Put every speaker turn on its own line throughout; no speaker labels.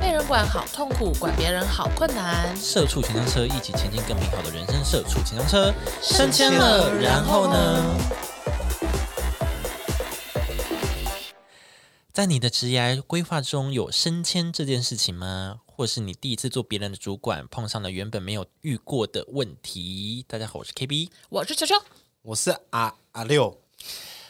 被人管好痛苦，管别人好困难。
社畜情商车，一起前进更美好的人生。社畜情商车升
迁了然后呢？
在你的职业规划中有升迁这件事情吗？或是你第一次做别人的主管，碰上了原本没有遇过的问题？大家好，我是 KB。
我是球球，
我是阿阿六，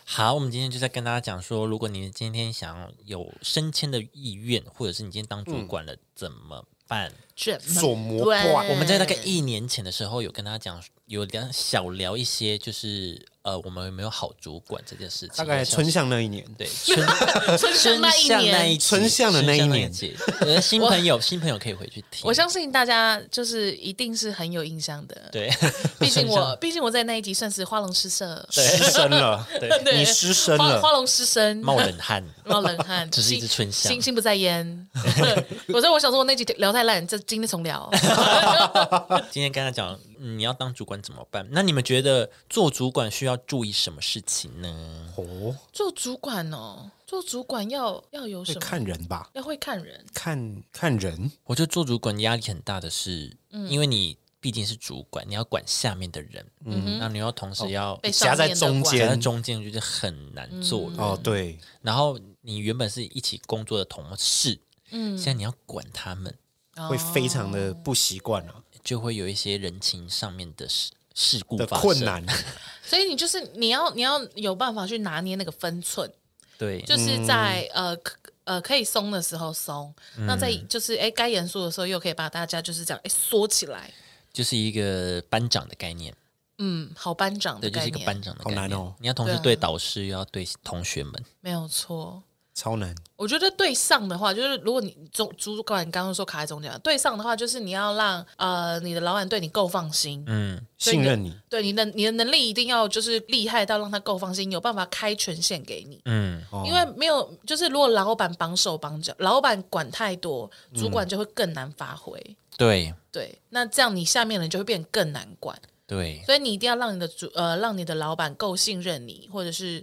好，我们今天就在跟大家讲说，如果你今天想有升迁的意愿，或者是你今天当主管了，怎么办？
怎
左魔怪
我们在大概
嗯
一年前的时候有跟大家讲，有聊小聊一些，就是呃，我们有没有好主管这件事情。
大概
春
春向那一年，
对春
春
春
生那一
夏那一
年。
集
春夏的那一
春夏
年
集呃，新朋友新朋友可以回去听。
我相信大家就是一定是很有印象的，
对，
毕竟
春夏
我毕竟我在那一集算是花龙失色，
失声了，
对
你失声
花花
了，
龙失声，
冒冷汗。
冒冷汗，
只是一只
心
春香
心心不在 焉。我说我想说，我那集聊太烂，这今天重 聊。
今天跟他讲、嗯你要当主管怎么办？那你们觉得做主管需要注意什么事情呢？
哦，
做主管哦，做主管要要有
会
什么？
看人吧，
要会看人，
看看人，
我觉得做主管压力很大的是，
嗯
因为你毕竟是主管，你要管下面的人，嗯，那你要同时要
哦被嗯
夹在
上面的
中
管
夹
间
在中间，就是很难做人。
哦，对，
然后你原本是一起工作的同事，嗯，现在你要管他们，
会非常的不习惯啊
就会有一些人情上面的事事故
的
发生
困。难，
所以你就是你要你要有办法去拿捏那个分寸，
对，
就是在、
嗯
呃可呃可以松的时候松，那在就是哎该严肃的时候又可以把大家就是这样哎缩起来，
就是一个班长的概念，
嗯，好班长的
对，就是
概
一个
念，
班长的概念。
好难哦
你要同时
对啊
对导师，又要对同学们。
没有错。
超难，
我觉得对上的话，就是如果你中主管刚刚说卡在中间了，对上的话就是你要让呃你的老板对你够放心，
嗯，
所以
信
你
任你，
对你的你的能力一定要就是厉害到让他够放心，有办法开权限给你。
嗯，
哦
因为没有，就是如果老板绑手绑脚，老板管太多，主
嗯
管就会更难发挥。
对
对，那这样你下面的人就会变更难管，
对，
所以你一定要让你的主呃，让你的老板够信任你，或者是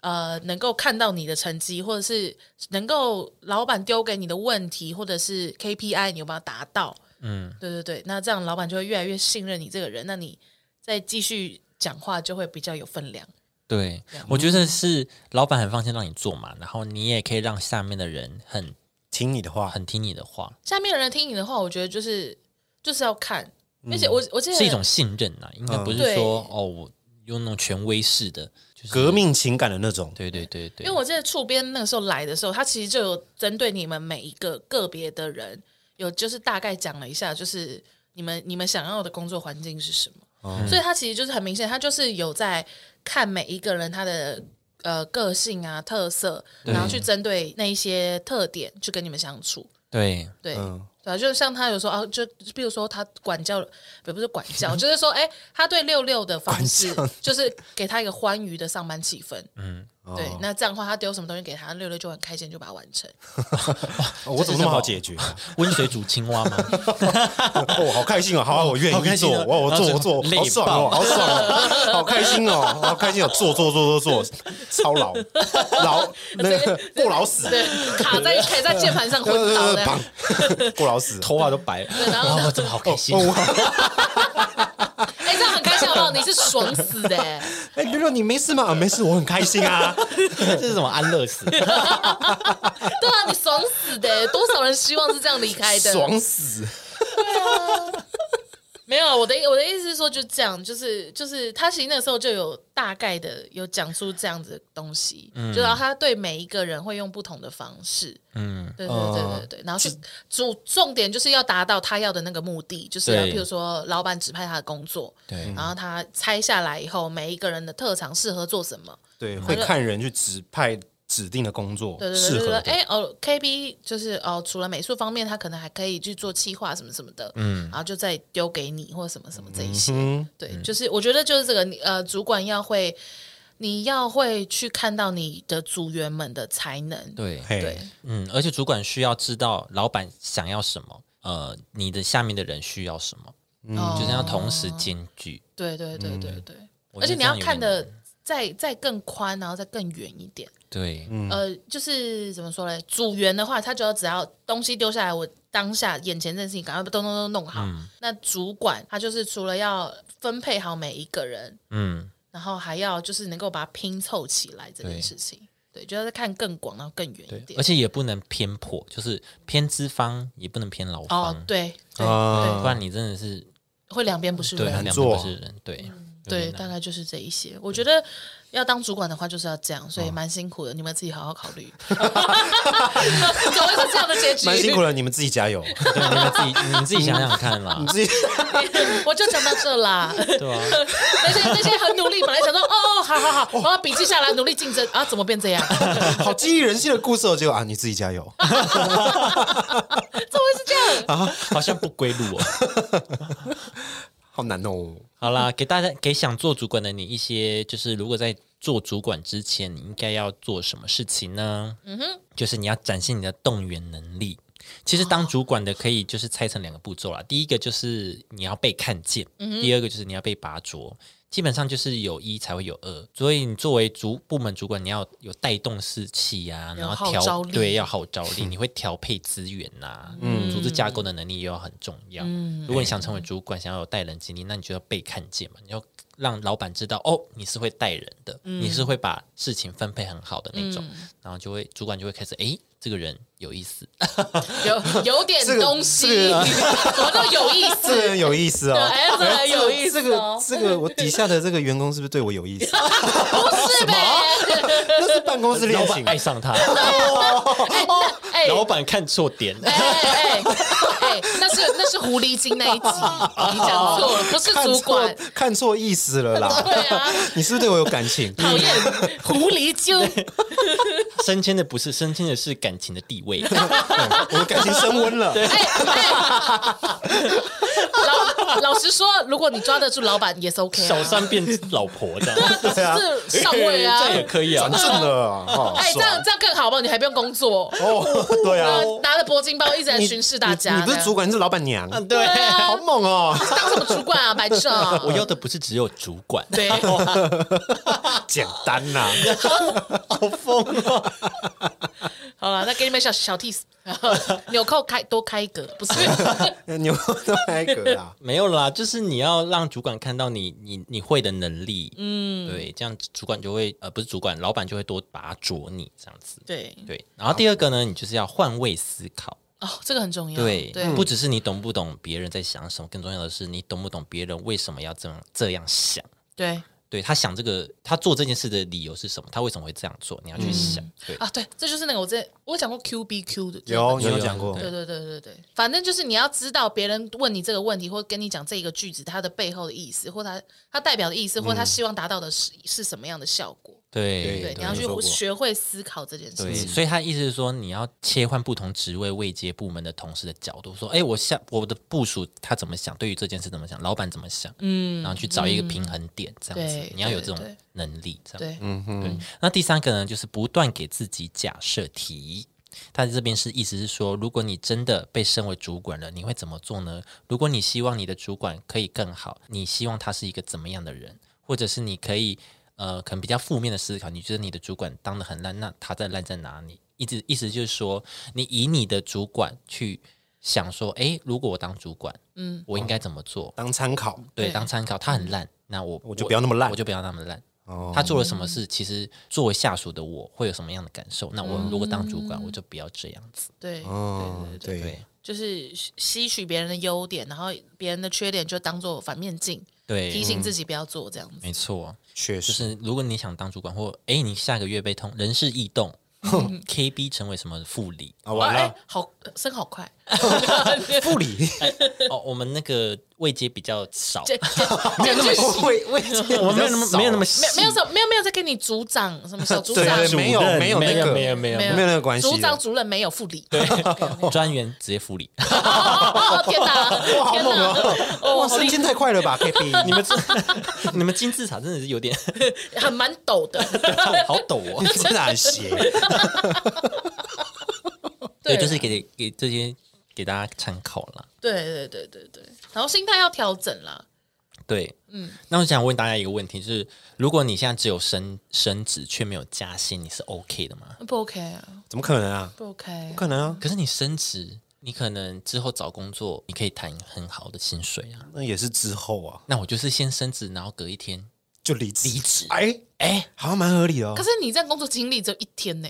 呃能够看到你的成绩，或者是能够老板丢给你的问题，或者是 KPI 你有没有达到？
嗯，
对对对，那这样老板就会越来越信任你这个人，那你再继续讲话就会比较有分量。
对，我觉得是老板很放心让你做嘛，然后你也可以让下面的人很
听你的话，
很听你的话，
下面的人听你的话，我觉得就是就是要看，而且我我记得
嗯是一种信任啊呐，应该不是
对
说、哦，我用那种权威式的，就是
嗯革，命情感的那种，
对对对对，
因为我记得触边那个时候来的时候，他其实就有针对你们每一个个别的人，有就是大概讲了一下，就是你们你们想要的工作环境是什么。所以他其实就是很明显，他就是有在看每一个人他的呃个性啊特色，然后去针对那一些特点去跟你们相处。
对
对，对啊，就是像他有时候啊，就比如说他管教，也不是管教， 就是说，哎、他对六六的方式，就是给他一个欢愉的上班气氛。嗯，对，那这样的话，他丢什么东西给他，六六就很开心，就把它完成。
哦我怎么那么好解决啊？
温水煮青蛙 吗？
哦，好开心哦！好啊，我愿
好开
意
心
做，
哦
哇，我
然后
做，
最
我
后
做，
累
好爽哦，好爽哦，好开心哦，好开心哦！做做做做做，超劳劳那个过劳死，
对，卡在卡在键盘上昏倒
呃
的。
砰，过劳死，
头发都白了，
然后
哦哇，我真的好开心。啊
哎、这样很开心好不好？你是爽死的、哎
哎，六六，你没事吗？啊没事，我很开心啊。
这是什么安乐死？
对啊，你爽死的、哎多少人希望是这样离开的？
爽死！
没有，我的我的意思是说，就这样，就是就是，他其实那时候就有大概的有讲出这样子的东西，就然后他对每一个人会用不同的方式，嗯，对对对对对，然后去主重点就是要达到他要的那个目的，就是
对
譬如说老板指派他的工作，
对
然后他拆下来以后，每一个人的特长适合做什么，
对，会看人去指派指定的工作
对，对
适
对对
合
对，
的。
哎哦，KB 就是哦，除了美术方面，他可能还可以去做企划什么什么的，嗯，然后就再丢给你或什么什么这一些，
嗯
对，
嗯
就是我觉得就是这个你呃，主管要会，你要会去看到你的组员们的才能，
对，
对
嘿，
嗯，而且主管需要知道老板想要什么，呃，你的下面的人需要什么，
哦
嗯就是要同时兼具。嗯
对对对对对，
我
而且
觉得
你
这样
要
有
看
点
的再再更宽，然后再更远一点。
对，
呃，就是怎么说嘞？组员的话，他就要只要东西丢下来，我当下眼前这件事情赶快咚咚咚弄好。那主管他就是除了要分配好每一个人，
嗯，
然后还要就是能够把它拼凑起来这件事情。对，就要再看更广，然后更远一
对，
点。
而且也不能偏颇，就是偏资方也不能偏劳方，
哦，对对、
啊
不然你真的是
对，会两边不是
对
人。
两边
做
不是人，对
对，大概就是这一些。我觉得要当主管的话就是要这样，所以蛮辛苦的，你们自己好好考虑。 怎么会是这样的结局？
蛮辛苦的，你们自己加油，
对，你们自己你们自己想想看啦
你，自己
我就讲到这啦。
对啊，
那些那些很努力，本来想说哦，好好好，我要笔记下来，努力竞争啊，怎么变这样？怎么
好激励人心的故事哦，结果啊，你自己加油，
会是这样？
好像不归路哦。
好难哦。
好啦，给大家给想做主管的你一些，就是如果在做主管之前，你应该要做什么事情呢？嗯哼，就是你要展现你的动员能力。其实当主管的可以就是拆成两个步骤啦，第一个就是你要被看见，第二个就是你要被拔擢。基本上就是有一才会有二，所以你作为主部门主管，你要有带动士气啊，然后
号
调
召力
对要号召力，你会调配资源呐、嗯，组织架构的能力也要很重要。如果你想成为主管，想要有带人经历，那你就要被看见嘛，你要让老板知道哦，你是会带人的，你是会把事情分配很好的那种，然后就会主管就会开始诶，这个人有意思，
有有点
这个
东西，
这个
怎么都有意
这个
思。
人有意思
对，
哦，
哎，这个有意思
这个
哦，
这个我底下的这个员工是不是对我有意思？啊
不是呗？
那是办公室
老
恋
板
情，
爱上他，
哎
老板看错点，
哎哎哎哎，那是那是狐狸精那一集，你讲错了，不是
看
主
错
管。
看错意思了
对
啦。
啊，
你是不是对我有感 情？
讨厌狐狸精，
升迁的不是升迁的是感情的地位，
嗯我的感情升温了。
哎哎，老老实说，如果你抓得住老板也是 OK 啊。
小三变老婆这样，
对啊，
是上位啊，
这样也可以啊
转。正了，哦
哎，这样
爽
这样更好吧？你还不用工作，
哦，对啊，
拿着铂金包一直在
你
巡视大
你
家。
你不是主
管，
管，你是老板娘，
对
啊
好猛哦！
当什么主管啊，白痴啊！
我要的不是只有主管，
对，
简单呐，
好疯哦！
好了，那给你们小小 tips，纽扣开多开一个，不 是？
牛都挨个啊啦。
没有啦，就是你要让主管看到你你你会的能力，嗯，对，这样主管就会呃不是主管，老板就会多拔擢你这样子。
对，
对，然后第二个呢，你就是要换位思考。
哦，这个很重要。
对，嗯
对，
不只是你懂不懂别人在想什么，更重要的是你懂不懂别人为什么要这样这样想。
对
对他想这个，他做这件事的理由是什么？他为什么会这样做？你要去想。对，
啊，对，这就是那个我之前我讲过 Q B Q 的，
有，你
有
有
有
讲过，
对对对对对，反正就是你要知道别人问你这个问题，或跟你讲这一个句子它的背后的意思，或它它代表的意思，或它希望达到的是是什么样的效果。
对
对，
对
你要
有说
去
过
学会思考这件事
对，
情。
所以他意思是说，你要切换不同职位、位阶、部门的同事的角度，说，哎，我下我的部署他怎么想，对于这件事怎么想，老板怎么想，嗯，然后去找一个平衡点，这样子
对，
你要有
对
这种
对
能力，这样。
对，
对，那第三个呢，就是不断给自己假设题。他这边是意思是说，如果你真的被升为主管了，你会怎么做呢？如果你希望你的主管可以更好，你希望他是一个怎么样的人，或者是你可以呃，可能比较负面的思考，你觉得你的主管当的很烂，那他在烂在哪里？意思意思就是说，你以你的主管去想说，诶，如果我当主管，嗯，我应该怎么做？
当参考
对，
对
当参考，他很烂，那我
我就不要那么烂
我就不要那么烂。
哦
他做了什么事，其实作为下属的我会有什么样的感受？那我如果当主
嗯
管，我就不要这样子。
对，
哦，
对
对，
就是吸取别人的优点，然后别人的缺点就当做反面镜，提
哎
对，
嗯
醒自己不要做这样子。
没错，
确
就
实
是如果你想当主管，或诶，你下个月被通人事异 动，KB 成为什么副理？
啊，
哇，
完
哎
了，，
好升好快，
不理，
哦，我们那个位阶比较少，
这
没有那么会 会，
我们没有那
比较
么
少
没有那么
没
细
有没有什么没有没有在跟你组长什么小组
对
长
对，没有
主任
没有那个
没有没
没
有没
有
没有那个关系的
组长主任没有副 理。对，
有专员直接副理。
哦 天哪，
哇，好
天
猛
哪，
哦！哇，升迁太快了吧 ，K B，
你们这你们金字塔真的是有 点
很蛮陡的。
好陡哦。
你真的很邪，
对，就是给给这些给大家参考啦。
对对对对对，然后心态要调整啦。
对，嗯，那我想问大家一个问题，就是如果你现在只有升升职却没有加薪，你是 OK 的吗？
不 OK 啊，
怎么可能啊？
不 OK，
不可能啊，
可是你升职，你可能之后找工作，你可以谈很好的薪水啊。
那也是之后啊，
那我就是先升职，然后隔一天，
就离职
离职
哎
哎，
好像蛮合理的哦
可。是你在工作经历只有一天 呢、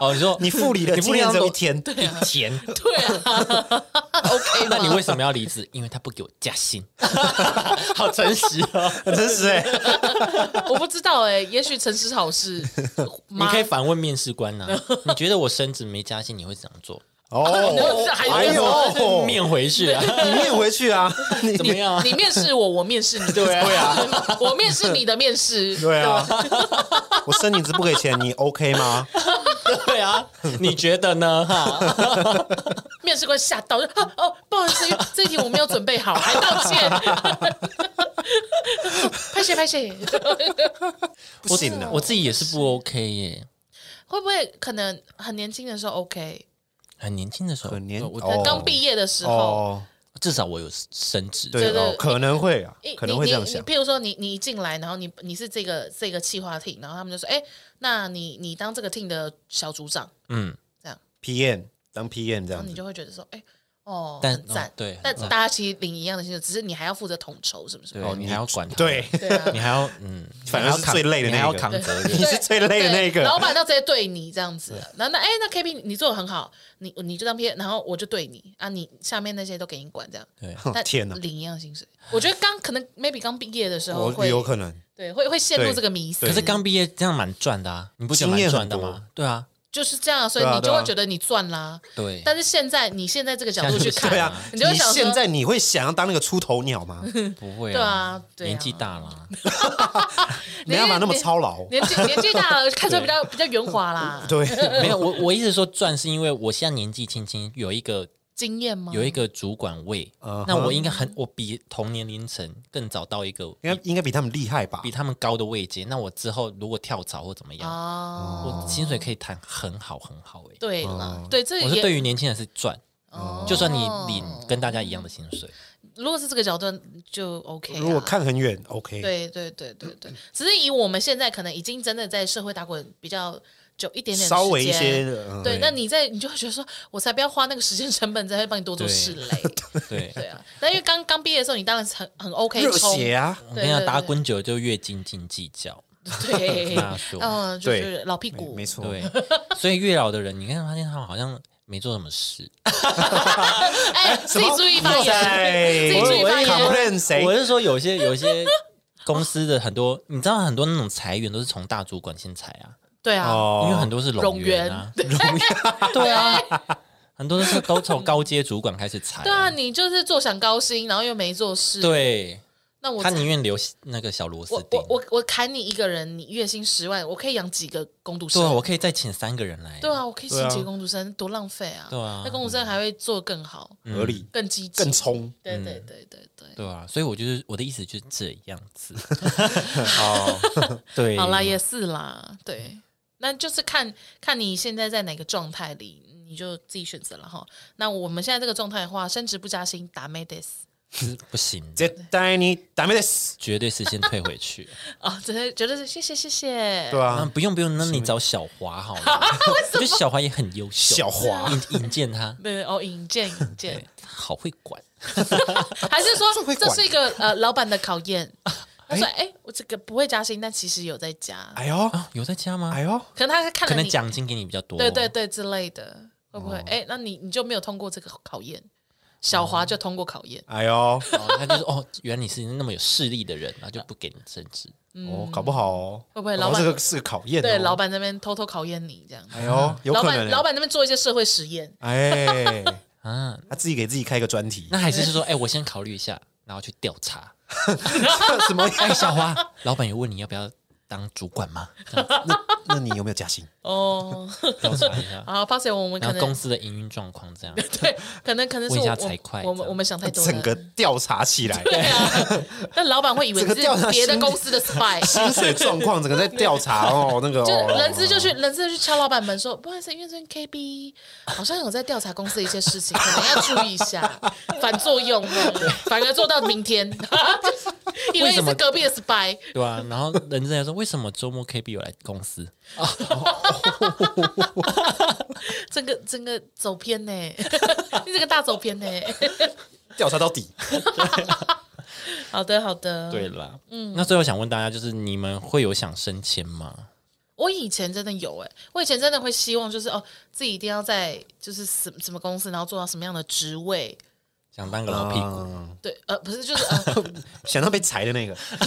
哦，你说
你复离的
你不
经验只有一
都
天，
一天，
对啊 ，OK 吗？
那你为什么要离职？因为他不给我加薪，好诚实哦。
很真实哎。
我不知道哎、也许诚实好 事
你
吗，
可以反问面试官呐、你觉得我升职没加薪，你会怎么做？
哦
这还，
哎呦，你
面回去啊？
面回去啊，你
怎么样啊？
你面试我，我面试你，对啊， 我面试你的面试，
对啊，我升你职不给钱，你 OK 吗？
对啊，你觉得呢？哈，
面试官吓到， 就啊哦，不好意思，这一题我没有准备好，还道歉， 拍谁拍谁，
不行的，
我自己也是不 OK 耶。
会不会可能很年轻的时候 OK，
很年轻的时候，
很年
我
哦
刚毕业的时候，
哦，
至少我有升职。
对
对
对
哦，可能会啊
你，
可能会这样
你你
想
你，譬如说你你一进来，然后你你是这个这个企划 team，然后他们就说，哎，那你你当这个 team 的小组长，
嗯，
这样，
PM 当 PM 这
然
样
后你
子，
就会觉得说，哎。哦，
但
很赞
哦，对很
但
赞
大家其实领一样的薪水，只是你还要负责统筹，是不是？
对，哦你还要管他，
对，
对啊，
你还 要嗯，
反正是最累的那个
你还要扛责任。
你是最累的那
对老
个，
板都直接对你这样子，然后那哎、那 K P 你做的很好，你你就当 P，然后我就对你啊，你下面那些都给你管这样。
对，
哼
但
天哪，
领一样薪水，我觉得刚可能 maybe 刚毕业的时候
我
会
有可能
对会会陷入这个迷思，
可是刚毕业这样蛮赚的啊，你不觉得
经
蛮
验
赚的
很
吗？对啊，
就是这样，所以
对啊
你就会
对啊
觉得你赚啦。
对。
但是现在你现在这个角度
现在
去
就是
看，
对啊，
你就会想说
现在你会想要当那个出头鸟吗？
不会
对啊对啊
年纪大了，
没办法那么操劳，
年纪年纪大了，看出来比较比较圆滑 啦，
对，
没有我我一直说赚是因为我现在年纪轻轻，有一个
经验吗？
有一个主管位
嗯哼，
那我应该很我比同年龄层更早到一个
应该应该比他们厉害吧
比？他们高的位阶，那我之后如果跳槽或怎么样，
哦，
我薪水可以谈很好很好诶。
对了，对这
我是对
也
于年轻人是赚，
哦
就算你领跟大家一样的薪水，
如果是这个角度就 OK 啊。
如果看很远，OK，
对对对对对，只是以我们现在可能已经真的在社会打滚比较久一点点的时间，
稍微一些的，嗯
对，
对
那你在你就会觉得说，我才不要花那个时间成本，在那帮你多做
对
事嘞。
对。
对啊，但因为刚刚毕业的时候，你当然是很很 OK
热
冲，
血啊，
我跟你讲，
对对
打滚久了就越斤斤计较，
对
听他，说
嗯，就
对
是老屁
没
股，
没错，
对，所以越老的人，你看发现他们好像没做什么事，
哎，自己注意发
哎
言，自己注意
我
发
我卡不
言，
认谁
我？是说有些有些公司的很多，你知道很多那种裁员都是从大主管先裁啊，
对啊，
因为
哦，
很多是龙源啊，
对啊，
很多都是都从高阶主管开始裁、
对啊，你就是坐享高薪，然后又没做事，，
对
那我
他宁愿留那个小螺丝
我
钉
我。我我砍你一个人，你月薪十万，我可以养几个工读生
对啊，？我可以再请三个人来。
对啊，我可以
对
请
啊
几个工读生，多浪费啊！
对啊
那工读生还会做更好、
合理，
更积极、
更。冲
对对对对对。
对啊，所以我就是我的意思就是这样子。
哦，
对，
好啦，也是啦，对，那就是看看你现在在哪个状态里，你就自己选择了哈。那我们现在这个状态的话，升职不加薪，打 m a d i s
不行，这
絶対にダメです，
绝对是先退回去。
哦，真的觉得是谢谢谢谢，
对
啊，
啊，
不用不用，那你找小华好了。我觉得小华也很优秀，
小华
引引荐他，
对哦，引荐引荐
对，，好会管。
还是说
这会
这
管
是一个呃老板的考验？他说：“哎、我这个不会加薪，但其实有在加，
哎呦
啊，有在加吗
哎？呦，
可能他看
可
了
能
你
奖金给你比较多。哦
对对对之类的，会不会？哎、那你你就没有通过这个考验，小华就通过考验，
哎呦，哦，
哦，他就是哦，原来你是那么有势力的人，然后就不给你升职。
搞不好哦，
嗯会不会
搞
老
好
板
这个是个考验，哦
对，老，板那边偷偷考验你这样。
哎呦，有
老
可
板
能，
老，板那边做一些社会实验，
哎，
啊，
他自己给自己开个专题，
那还是是说，哎、我先考虑一下，然后去调查。
什么？
哎，小花，老板有问你要不要当主管吗？这样
那你有没有加薪？
哦，
调查一
，
下
好，抱歉，我们可
然后公
能
司的营运状况这样。
对，可能可能是
问一下
我
财会
我
这
们
样
我们想太多了，
整个调查起来，
对啊， 但老板会以为
整个
你
调查
是别的
心
公司的 spy，
薪水状况，整个在调查哦，那个
就
哦
人资就去人资就去敲老板门说，不好意思，因为最近 KB 好像有在调查公司的一些 哦 事情，可能要注意一下，反作用，反而做到明天，以
为
为
什
你
么
是隔壁的 spy，
对吧、然后人家说为什么周末 KB 有来公司？
整个整个走偏呢， 你这个大走偏呢。
调查到底。
好的，好的。
对啦，嗯，那最后想问大家，就是你们会有想升迁吗？
我以前真的有哎、我以前真的会希望就是哦，自己一定要在就是什什么公司，然后做到什么样的职位。
想当个老屁股？
啊
对，呃，不是，就是 呃，
想到被裁的那个，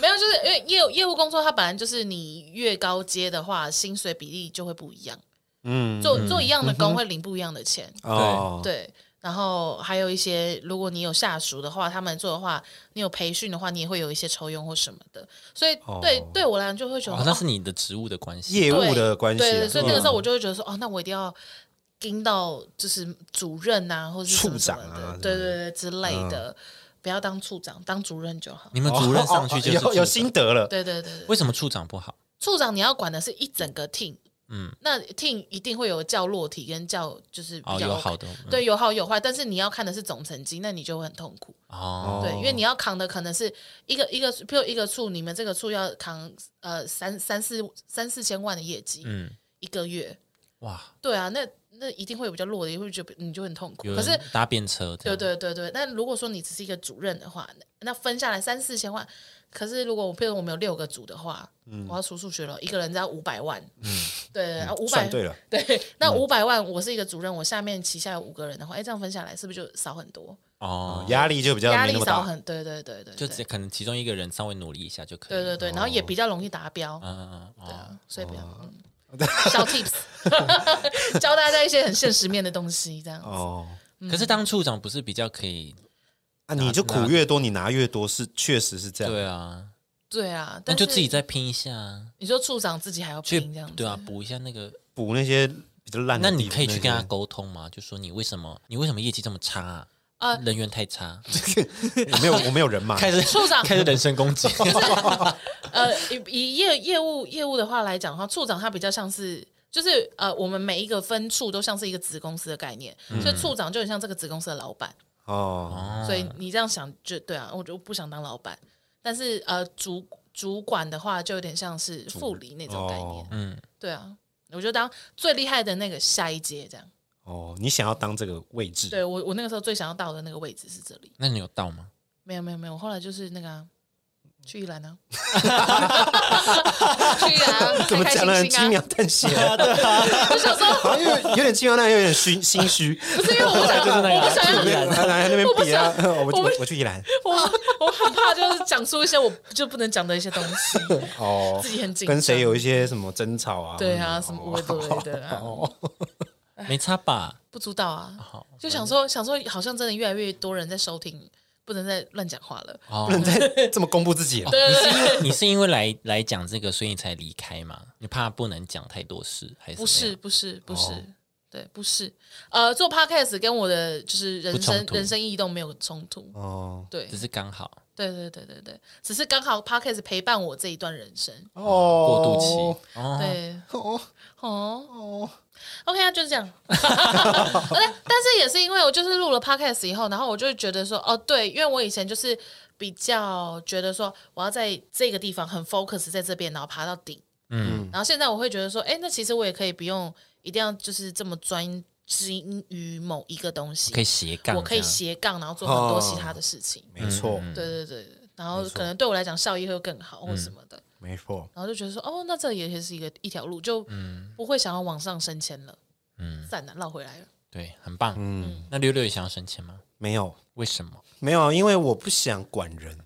没有，就是因为业务业务工作，它本来就是你越高阶的话，薪水比例就会不一样。
嗯，
做做一样的工会领不一样的钱，
哦，
对。然后还有一些，如果你有下属的话，他们做的话，你有培训的话，你也会有一些抽佣或什么的。所以对、
哦
对我来讲，就会觉得、
好像
哦
是你的职务的关系。
业
对
务的关系啊，
对，所以那个时候
嗯
我就会觉得说，哦，那我一定要盯到就是主任啊，或者是什么
处长啊
什么的
这样
对对对之类
嗯
的，不要当处长，当主任就好。
你们主任上去就是
哦哦有有
处长
心得了，
对对对对，
为什么处长不好？
处长你要管的是一整个 team，
嗯，
那 team 一定会有较落体跟较就是比
哦，
较
有
OK
好的，嗯
对，有好有坏，但是你要看的是总成绩，那你就会很痛苦。
哦，
对，因为你要扛的可能是一个一个，譬如一个处，你们这个处要扛呃三三四三四千万的业绩、
嗯，
一个月。
哇，
对啊，那那一定会有比较弱的，也会觉得你就很痛苦。
有
可是
人搭便车这
对
样，
对对对，但如果说你只是一个主任的话，那那分下来三四千万，可是如果我譬如我们有六个组的话，我要数数学了，一个人只要五百万，嗯，对，啊五百
算对了，
对，那五百万，我是一个主任，我下面旗下有五个人的话，哎，这样分下来是不是就少很多？
哦，
压力就比较
压
没
力
那么
少
大，
很，对对对对，嗯
就
对
只可能其中一个人稍微努力一下就可以
对
了。
对对，然后也比较容易达标，
嗯，嗯嗯
对
哦，
啊，所以不要。嗯小 tips，教大家一些很现实面的东西，这样子。
哦。
可
嗯
是当处长不是比较可以？
啊，你就苦越多，你拿越多，是确实是这样。
对啊，
对啊，
那
但
就是自己再拼一下啊，
你说处长自己还要
去
拼这样子，
对啊，补一下那个。
补那些比较烂的
那
地方，
你可以去
些
跟他沟通吗？就说你为什么你为什么业绩这么差啊？
啊
人缘太 差，
我没有我没有人嘛，
开始
处长
开始人身 攻击。
呃，以以业业务业务的话来讲的话，处长他比较像是。就是呃，我们每一个分处都像是一个子公司的概念，
嗯
所以处长就很像这个子公司的老板。
哦，
所以你这样想就对啊，我就不想当老板。但是呃，主主管的话就有点像是副理那种概念。
哦
嗯，
对啊，我就当最厉害的那个下一阶这样。
哦，你想要当这个位置，
对我我那个时候最想要到的那个位置是这里。
那你有到吗？
没有没有没有，我后来就是那个、啊、去宜兰啊， 去宜兰、啊、
怎么讲的
开
很
开
轻啊
心心
描
啊。
淡写，
我想说，
好像有有点轻描淡写，有点虚心虚。
不是因为啊我不想，我不想要
没有他来那边比啊，我
我不
我我去宜兰
我我很怕就是讲出一些我就不能讲的一些东西，
哦
自，己很紧张。
跟谁有一些什么争吵啊？
对啊，什么无谓不谓
哦
的啊，
没差吧？
不知道啊，就想说想说，好像真的越来越多人在收听，不能再乱讲话了。
哦
不， 能再嗯这么公布自己了。啊
对对对，
你是因为来来讲这个，所以你才离开吗？你怕不能讲太多事，还是
不
怎么
是
样？
不是不是，对，不是。呃，做 podcast 跟我的就是
不
人
冲
生
突
人生意义都没有冲突。
哦
对
只是刚好
对对对对对，只是刚好 podcast 陪伴我这一段人生。
哦，
过渡期哦，
对，
哦
哦。
哦，
OK 啊，就是这 样。但但是也是因为我就是录了 podcast 以后，然后我就会觉得说，哦，对，因为我以前就是比较觉得说，我要在这个地方很 focus 在这边，然后爬到顶。
嗯
嗯，然后现在我会觉得说，哎，那其实我也可以不用一定要就是这么专精于某一个东西，
可以斜杠这样，
我可以斜杠，然后做很多
哦
其他的事情。
没错
嗯
对对对，对然后可能对我来讲效益会更好或什么的，
没错，
然后就觉得说，哦，那这也是一个一条路，就不会想要往上升迁了。
嗯，
赞啊，绕回来了。
对，很棒。嗯，那六六也想要升迁吗？
没有
为什么？
没有，因为我不想管人。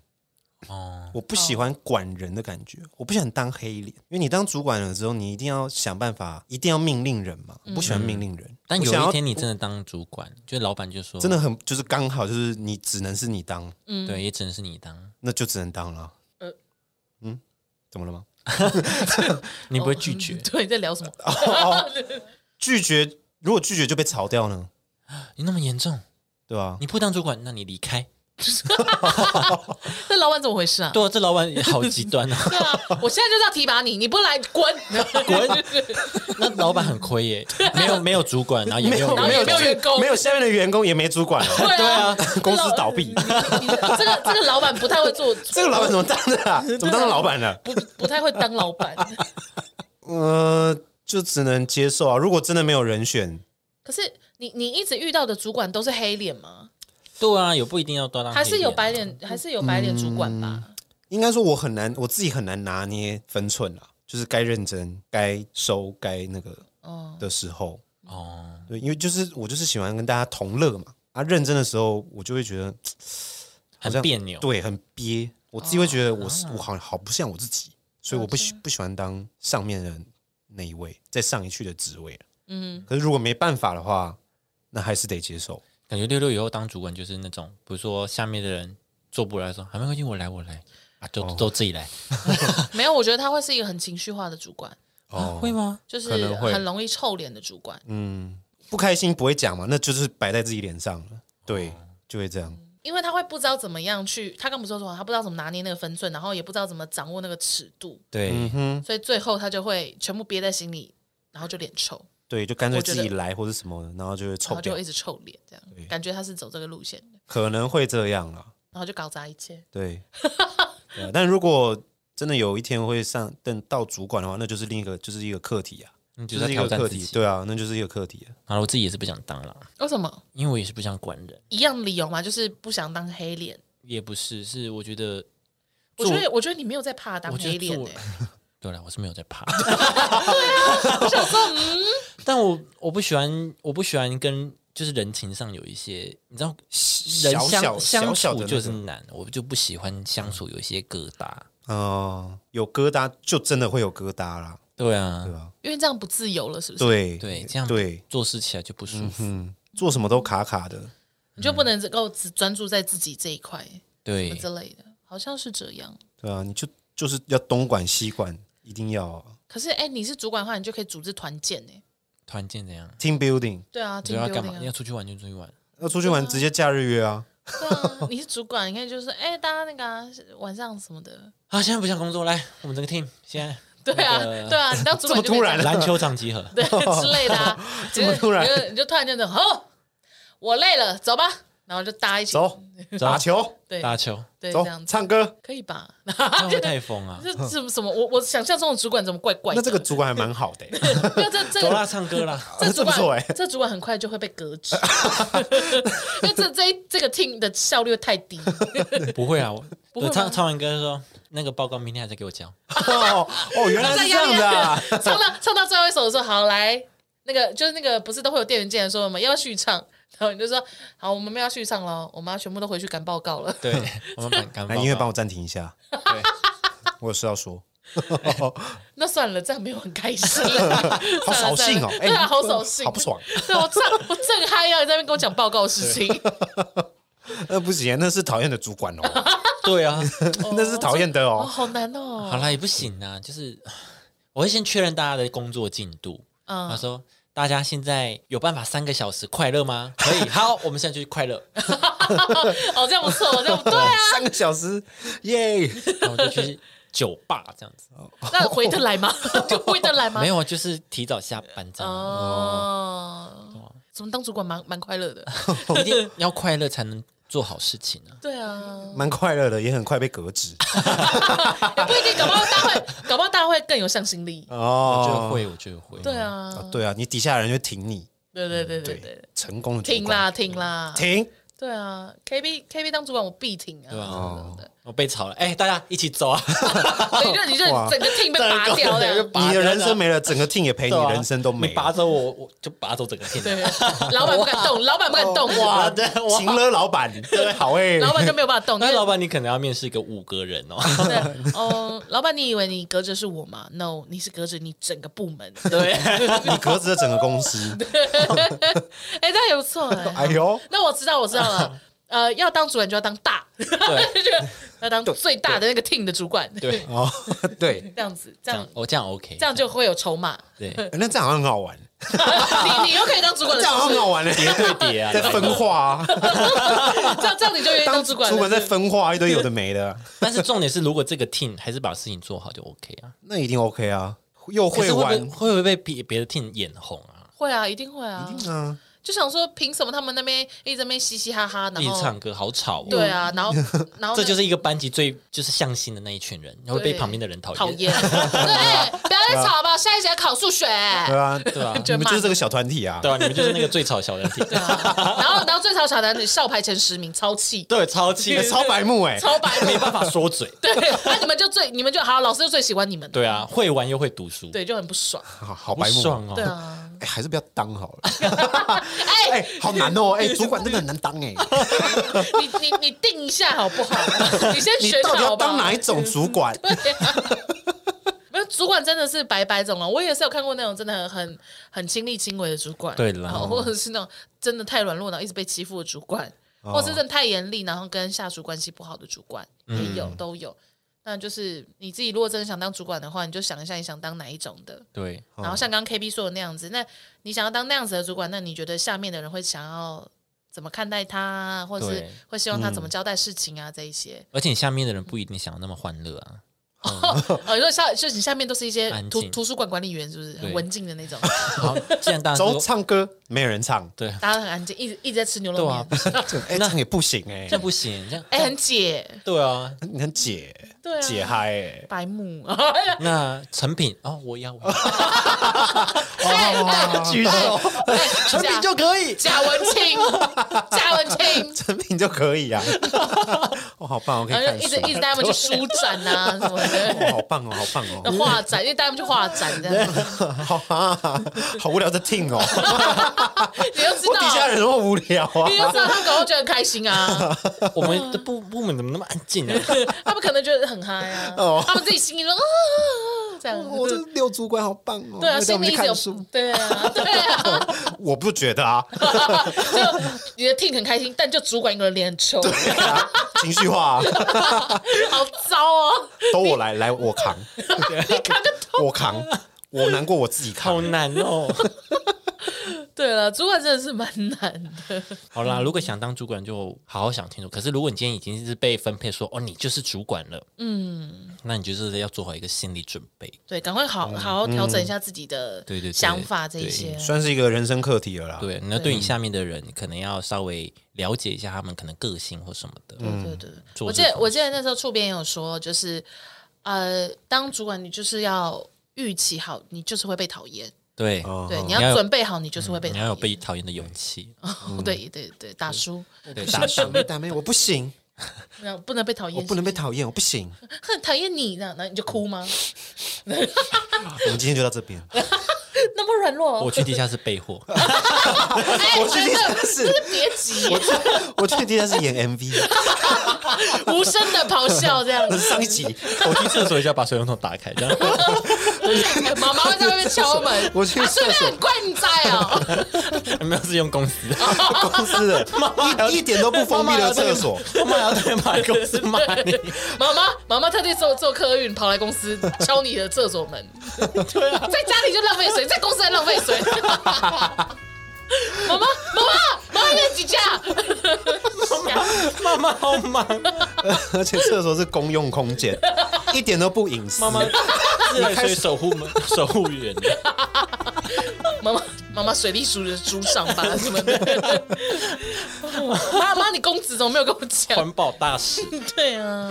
哦，
我不喜欢管人的感觉，我不想当黑脸，因为你当主管了之后，你一定要想办法，一定要命令人嘛。我不喜欢命令人，
嗯但
我想
有
要
一天你真的当主管，就老板就说，
真的很就是刚好就是你只能是你当，
嗯
对，也只能是你当，
那就只能当了。
呃
嗯，怎么了吗？
你不会拒绝啊
哦。 对，在聊什么？
哦拒绝，如果拒绝就被炒掉呢？
你那么严重，
对吧、
你不当主管，那你离开。
那老板怎么回事啊？
对啊，这老板也好极端 啊！
对啊，我现在就是要提拔你，你不来滚！
滚！那老板很亏耶，没有没有主管，然后也没有
没有没有员工
没有下面的员工，也没主管了，
对啊，
公司倒闭。
你你这个这个老板不太会做，
这个老板怎么当的 啊？怎么当上老板的？
不不太会当老板。
呃，就只能接受啊。如果真的没有人选，
可是你你一直遇到的主管都是黑脸吗？
对啊，有不一定要端到、
还是有白脸，还是有白脸主管吧？
应该说我很难，我自己很难拿捏分寸啦，就是该认真、该收、该那个
嗯
哦，
的时候，
哦，
对，因为就是我就是喜欢跟大家同乐嘛。啊，认真的时候，我就会觉得好
很
像
别扭。
对，很憋，我自己会觉得我是、我好像好不像我自己，所以我不喜不喜欢当上面的那一位，在上一去的职位。
嗯，
可是如果没办法的话，那还是得接受。
感觉六六以后当主管就是那种，比如说下面的人做不来说，还没关系，我来我来啊，都、都自己来，
没有，我觉得他会是一个很情绪化的主管，
哦，
啊会吗？
就是
可能会
很容易臭脸的主管。
嗯，不开心不会讲嘛，那就是摆在自己脸上了。对，就会这样。
因为他会不知道怎么样去，他跟我们说什么，他不知道怎么拿捏那个分寸，然后也不知道怎么掌握那个尺度，
对，
嗯哼，
所以最后他就会全部憋在心里，然后就脸臭，
对，就干脆
我觉
自
得
己来或者什么的，然后就会
然
臭
后
掉
就一，直臭脸，这样感觉他是走这个路线的，
可能会这样啦。
然后就搞砸一切。
对，对啊但如果真的有一天会上等到主管的话，那就是另一个就是一个课题啊，
你
就
就在
是一
挑
个
战
课
自
题。
己。
对啊，那就是一个课题啊。
好了，我自己也是不想当了，
为什么
因为我也是不想管人，
一样的理由嘛？就是不想当黑脸。
也不是，是我觉得
我觉得，我觉得你没有在怕当
我觉得
黑脸
做
欸
对了，我是没有在 怕，
我想说，嗯，
但我我不喜欢，我不喜欢跟就是人情上有一些，你知道，人
小
相
小小
相
小的
处
那
就是
种嗯
难，我就不喜欢相处有一些疙瘩。
哦，有疙瘩就真的会有疙瘩啦，
对啊
对，吧？
因为这样不自由了，是不是？
对
对，这样
对，
做事起来就不舒服。
嗯，做什么都卡卡的，
你就不能只够只专注在自己这一块
对
什么，之类的，好像是这样。
对啊，你就就是要东管西管，一定要啊
可是，哎、你是主管的话，你就可以组织团建呢、
团建怎样？
team building。
对啊，
你要
team
干嘛？
building 啊
你要出去玩就出去玩。
要出去玩，直接假日约啊！
对 啊，你是主管，你可以就是哎、大家那个啊、晚上什么的，
好，啊现在不想工作，来，我们这个 team 现在
对 啊，
那个
对啊，你当主管
这么突然
就
篮球场集合，
可以这样 对之类的啊，
这么突然
你就你就突然就整，哦，我累了，走吧，然后就搭一起
走，打球，
对啊
打球，
对
走
这样，子
唱歌。
可以吧？
那会不会太疯啊！
这什么什么？我我想象中的主管怎么怪怪的？
那这个主管还蛮好的欸，
没有这这
走
个
啦，唱歌啦，
这
这
主
不错
管
哎，
这主管很快就会被革 职， 因为这这一这个 team 的效率太低。
不会啊，我
不会
我
吗
唱唱完歌说那个报告明天还在给我交，
哦哦，原来是这样的啊！
唱到唱到最后一首的时候，好来，那个就是那个不是都会有店员进来说我们要续唱，然后你就说好，我们没有要续唱了，哦我们要全部都回去赶报告了。
对，我们赶赶
来，
报
音乐帮
告，
我暂停一下，
对，
我有事要说。，
那算了，这样没有很开心啦
好扫兴
算了算
哦
了，
哎
对啊，好扫兴，
好不。爽。
对我正我正嗨啊，你在那边跟我讲报告的事情，
那呃不行，那是讨厌的主管哦，
对啊，
那是讨厌的
哦，
哦。
好难
好
哦。
啦，也不行啊，就是我会先确认大家的工作进度，他
嗯，
说。大家现在有办法三个小时快乐吗？可以， 好，我们现在就去快 乐，
哦，这样不错，这样不对 啊，
三个小时，耶！
然后就去酒吧这样子。
那回得来吗？ 就回得来吗？
没有啊，就是提早下班这样，
哦，怎么当主管蛮蛮快乐的？
一定要快乐才能做好事情啊。
对啊，
蛮快乐的，也很快被革职
也不一定，搞不好大家会，搞不好大家会更有向心力。
我觉
哦
得。会，我觉得会。
对啊，
啊对啊，你底下的人就挺你，
对对对对
对
对，，
成功的主
挺
管
啦挺啦，
停。
对啊，K B K B 当主管我必挺啊，
对啊
真的
我被炒了，哎、大家一起走啊！
哎
所以就你就
哇
整个 team 被拔掉
整个
的
被。拔
你的人生没了，整个 team 也陪你
对啊
人生都没
你拔
了。
走我，我就拔走整个 team。
对，老板不敢动，老板不敢动哇，
对，
情勒老板，对，好哎，
老板就没有办法动。
那
就
老板你可能要面试个五个人哦。
对，嗯，老板，你以为你隔着是我吗？No，你是隔着你整个部门。
对，
你革职了整个公司。
哎，这样也不错哎。
哎呦，
那我知道，我知道了。呃，要当主管就要当大，
对
要当最大的那个 team 的主管，
对，
哦，对，
这样子，这
这
样
样哦我这样 OK，
这样就会有筹 码。
对
欸那这样好像很好玩，
你你又可以当主管
这
了，
样好像很好玩呢，欸
对叠啊，
在分化啊，
这样这样你就愿意当主管了。
主管在
是不是
分化一堆有的没的，
但是重点是，如果这个 team 还是把事情做好就 OK 啊，
那一定 OK 啊，又
可
会
是会
玩
不会会不会被别别的 team 眼红啊？
会啊，一定会啊，
啊，
就想说凭什么他们那边一直在那边嘻嘻哈哈，然
一直
后
唱歌好吵哦，
对啊，然 后然后
这
那
就是一个班级最就是向心的那一群人，然后会被旁边的人讨厌，
讨 厌，对，不要再吵吧，下一节考数学。
对啊，
对啊，
就
你们
骂
就是这个小团体啊
对，啊，你们就是那个最吵小人 team，
啊然后然后最吵小男女校排前十名，超气，
对，超气
欸，超白目哎，
超 白目。
没办法说嘴，
对，那你们就最你们就好，老师就最喜欢你们，
对啊，会玩又会读书，
对，就很不爽。
好好
好
白目，
爽哦
对，啊，
欸还是不要当好了， 哎，好难哦， 哎，主管真的很难当哎，
你你你定一下好不 好？你先
你
选
到底
好
要
吧。
当哪一种 主管？
没有主管真的是白白种啊了，我也是有看过那种真的很很亲力亲为的主管，
对啦
然后或者是那种真的太软弱然后一直被欺负的主管，
哦
或者是真的太严厉，然后跟下属关系不好的主管，
嗯
也有、都有。那就是你自己如果真的想当主管的话，你就想一下你想当哪一种的。
对，
然后像刚刚 KB 说的那样子，那你想要当那样子的主管，那你觉得下面的人会想要怎么看待他啊，或者是
对嗯
会希望他怎么交代事情啊？这一 些，
而且你下面的人不一定想要那么欢乐啊，
呃，如果下就是你下面都是一些
安
图
静
图书馆管理员，是不是很
对
文静的那种？
好，既然大家
走
都
唱歌没有人唱，
对，
大家都很安静，一直一直在吃牛肉
对啊
面，，
这哎唱也不行哎
这，样不行，这样
哎、很解，
对啊，
你很解
对啊
解嗨哎，
白目，哎
那成品哦，我要，我要
哦举手，
啊
成品就可以，
贾文清，贾文清，
成品就可以啊， 哦好棒，我可以
然后
看
就一
书
直，一直带他们去书展啊什么
哦
的，
好棒哦，好棒哦
那。画展，因为带他们去画展这样，
好啊，好无聊的 team 哦，
你就知
我底下
道。
人那么无聊啊
哦你，就知道他们搞到觉得很开心啊，
我们的部部门怎么那么安静啊？
他们可能觉得很嗨啊，
哦
他们自己心里说啊，这样
我这
子，
六主管好棒哦，
对啊，
那带我
心
们
里
去
一直有
看书，，
对啊，对啊，
我不觉得啊，
就你的 team 很开心，但就主管一个人脸很臭，
情绪化啊，
好糟哦，
都我来，来我扛，
你扛个头。
我扛，我难过我自己
好
扛，
难哦。
对了，主管真的是蛮难的。
好啦，如果想当主管，就好好想清楚。可是如果你今天已经是被分配说哦，你就是主管了，嗯，那你就是要做好一个心理准备。
对，赶快好好好调整一下自己的
对对对
想法这一
对
些。
算是一个人生课题了啦。
对，那对你下面的人，你可能要稍微了解一下他们可能个性或什么的。
对对对，
做
我
事
记得我记得那时候触边也有说，就是呃，当主管你就是要预期好，你就是会被讨厌。
对，
哦
对，你
你要
要
有
准备好，你就是会被
你要有
讨
被
厌。
讨厌的哦勇气。
对对对，打输，
对，
大
打
啊妹大妹，我不行，
那不能被讨
我
厌，
不能被讨厌，我 不行。
很讨厌你这样，那你就哭吗？
我们今天就到这边，
那么软弱，哦
我去地下室备 货，
哎
我去地下室
真的真的别急，
我去地下室演 MV，
无声的咆哮这样
那
子，
是上一集。
我去厕所一下把水龙头打开，这样
妈妈会在外面敲门，
我去
啊，
厕
顺便
所
很怪你在哦。
没有是用公司，
公司的，一一点都不封闭的厕所，
我妈要对买公司骂你。
妈妈，妈妈特地坐坐客运跑来公 司敲你的厕所门，对啊，在家里就浪费水，在公司还浪费 水。妈妈，妈妈，妈妈练几下？
妈妈好忙，
而且厕所是公用 空间，一点都不隐私。
妈妈自来水守护门守护员，
妈妈，妈妈水利署的署长吧 什么的。妈妈，你公子怎么没有跟我讲？
环保大使。
对啊，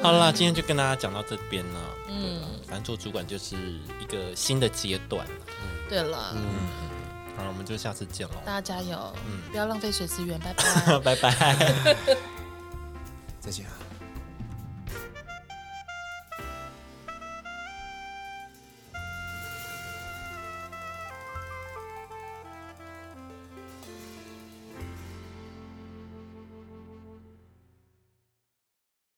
好啦，今天就跟大家讲到这边了。嗯，反正做主管就是一个新的阶段。
对了，
好了，我们就下次见喽，
大家嗯加油，不要浪费水资源，拜拜。
拜拜。
再见啊。